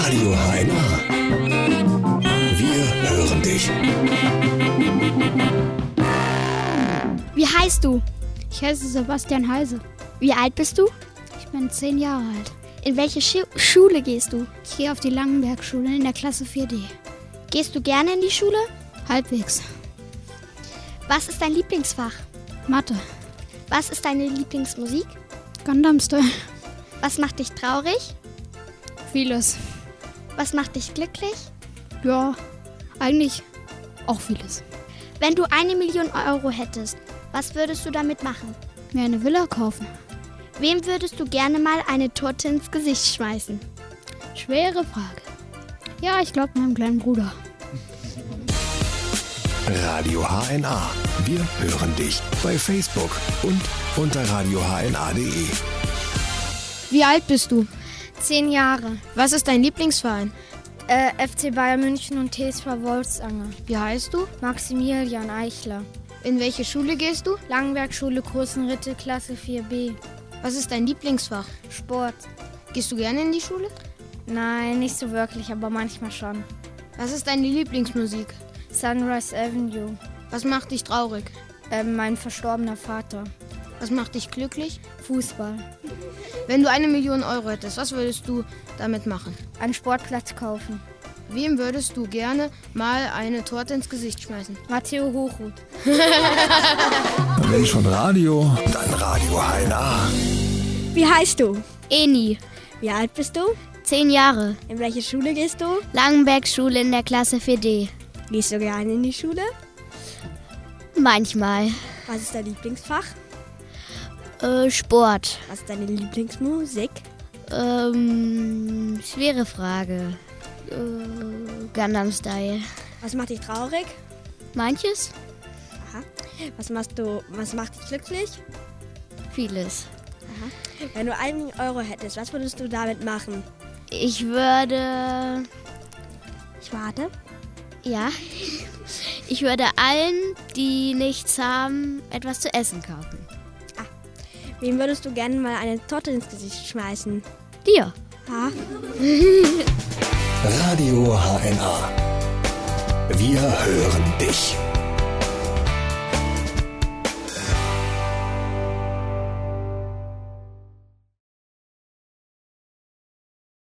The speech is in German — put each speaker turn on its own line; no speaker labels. Radio HNA. Wir hören dich.
Wie heißt du?
Ich heiße Sebastian Heise.
Wie alt bist du?
Ich bin zehn Jahre alt.
In welche Schu Schule gehst du?
Ich gehe auf die Langenberg-Schule in der Klasse 4D.
Gehst du gerne in die Schule?
Halbwegs.
Was ist dein Lieblingsfach?
Mathe.
Was ist deine Lieblingsmusik?
Gundam Style.
Was macht dich traurig?
Vieles.
Was macht dich glücklich?
Ja, eigentlich auch vieles.
Wenn du eine Million Euro hättest, was würdest du damit machen?
Mir eine Villa kaufen.
Wem würdest du gerne mal eine Torte ins Gesicht schmeißen?
Schwere Frage. Ja, ich glaube meinem kleinen Bruder.
Radio HNA. Wir hören dich bei Facebook und unter radiohna.de.
Wie alt bist du?
Zehn Jahre.
Was ist dein Lieblingsverein?
Äh, FC Bayern München und TSV Wolfsange.
Wie heißt du?
Maximilian Eichler.
In welche Schule gehst du?
Langenberg-Schule Kursenritte, Klasse 4b.
Was ist dein Lieblingsfach?
Sport.
Gehst du gerne in die Schule?
Nein, nicht so wirklich, aber manchmal schon.
Was ist deine Lieblingsmusik?
Sunrise Avenue.
Was macht dich traurig?
Ähm, mein verstorbener Vater.
Was macht dich glücklich?
Fußball.
Wenn du eine Million Euro hättest, was würdest du damit machen?
Einen Sportplatz kaufen.
Wem würdest du gerne mal eine Torte ins Gesicht schmeißen?
Matteo Hochhuth.
Wenn schon Radio, dann Radio HNA.
Wie heißt du?
Eni,
Wie alt bist du?
zehn Jahre.
In welche Schule gehst du?
Langenberg-Schule in der Klasse 4D.
Gehst du gerne in die Schule?
Manchmal.
Was ist dein Lieblingsfach?
Äh, Sport.
Was ist deine Lieblingsmusik?
Ähm, schwere Frage. Äh, Gundam Style.
Was macht dich traurig?
Manches?
Was machst du? Was macht dich glücklich?
Vieles.
Wenn du einen Euro hättest, was würdest du damit machen?
Ich würde.
Ich warte.
Ja. Ich würde allen, die nichts haben, etwas zu essen kaufen.
Wem würdest du gerne mal eine Torte ins Gesicht schmeißen?
Dir.
Ha?
Radio HNA. Wir hören dich.